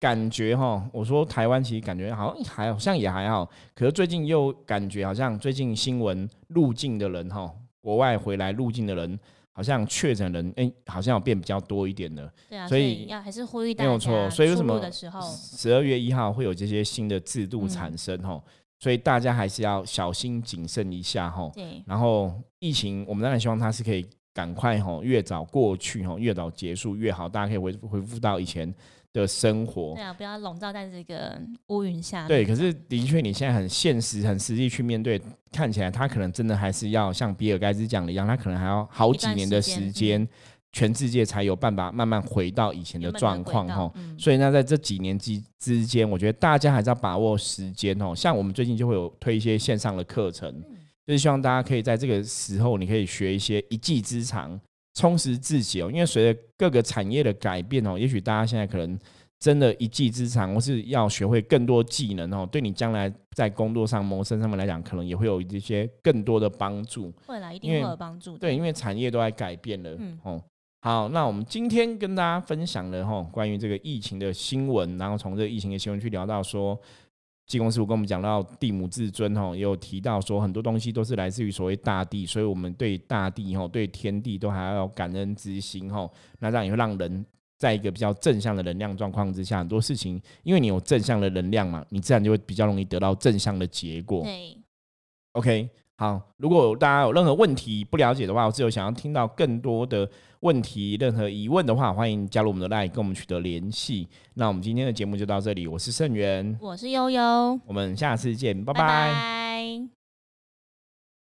Speaker 1: 感觉哈、哦，我说台湾其实感觉好像还好像也还好，可是最近又感觉好像最近新闻入境的人哈、哦，国外回来入境的人。好像确诊人，哎、好像有变比较多一点了。
Speaker 2: 对啊，
Speaker 1: 所
Speaker 2: 所
Speaker 1: 以
Speaker 2: 以要还是呼吁大
Speaker 1: 没
Speaker 2: 家
Speaker 1: 有错所以为
Speaker 2: 出
Speaker 1: 什
Speaker 2: 入
Speaker 1: 么
Speaker 2: 的时候，
Speaker 1: 十二月一号会有这些新的制度产生吼，所以大家还是要小心谨慎一下吼。
Speaker 2: 对
Speaker 1: 然后疫情，我们当然希望它是可以赶快吼，越早过去吼，越早结束越好，大家可以恢恢复到以前的生活
Speaker 2: 对。啊啊，不要笼罩在这个乌云下面。
Speaker 1: 对，可是的确，你现在很现实、很实际去面对，看起来他可能真的还是要像比尔盖茨讲的一样，他可能还要好
Speaker 2: 一
Speaker 1: 几
Speaker 2: 段
Speaker 1: 年
Speaker 2: 时
Speaker 1: 的
Speaker 2: 间
Speaker 1: 时
Speaker 2: 嗯
Speaker 1: 间，全世界才有办法慢慢回到以前
Speaker 2: 原
Speaker 1: 的
Speaker 2: 本的
Speaker 1: 状
Speaker 2: 轨
Speaker 1: 况
Speaker 2: 道
Speaker 1: 吼。
Speaker 2: 嗯，
Speaker 1: 所以呢，在这几年之之间，我觉得大家还是要把握时间哦。像我们最近就会有推一些线上的课程，就是希望大家可以在这个时候，你可以学一些一技之长，充实自己哦。因为随着各个产业的改变哦，也许大家现在可能真的一技之长，或是要学会更多技能哦，对你将来在工作上、谋生上面来讲，可能也会有一些更多的帮助。
Speaker 2: 会啦，一
Speaker 1: 因
Speaker 2: 定
Speaker 1: 为
Speaker 2: 会有帮助的。
Speaker 1: 对，因为产业都在改变了。
Speaker 2: 嗯
Speaker 1: 哦，好，那我们今天跟大家分享了哈、哦、关于这个疫情的新闻，然后从这个疫情的新闻去聊到说，济公师傅跟我们讲到地母至尊哦，也有提到说很多东西都是来自于所谓大地，所以我们对大地哦，对天地都还要有感恩之心哦，那这样也会让人。在一个比较正向的能量状况之下，很多事情，因为你有正向的能量嘛，你自然就会比较容易得到正向的结果。
Speaker 2: 对，
Speaker 1: OK，好，如果大家有任何问题不了解的话，或是有想要听到更多的问题、任何疑问的话，欢迎加入我们的 LINE 跟我们取得联系。那我们今天的节目就到这里，我是盛元，
Speaker 2: 我是悠悠，
Speaker 1: 我们下次见，拜
Speaker 2: 拜
Speaker 1: 拜
Speaker 2: 拜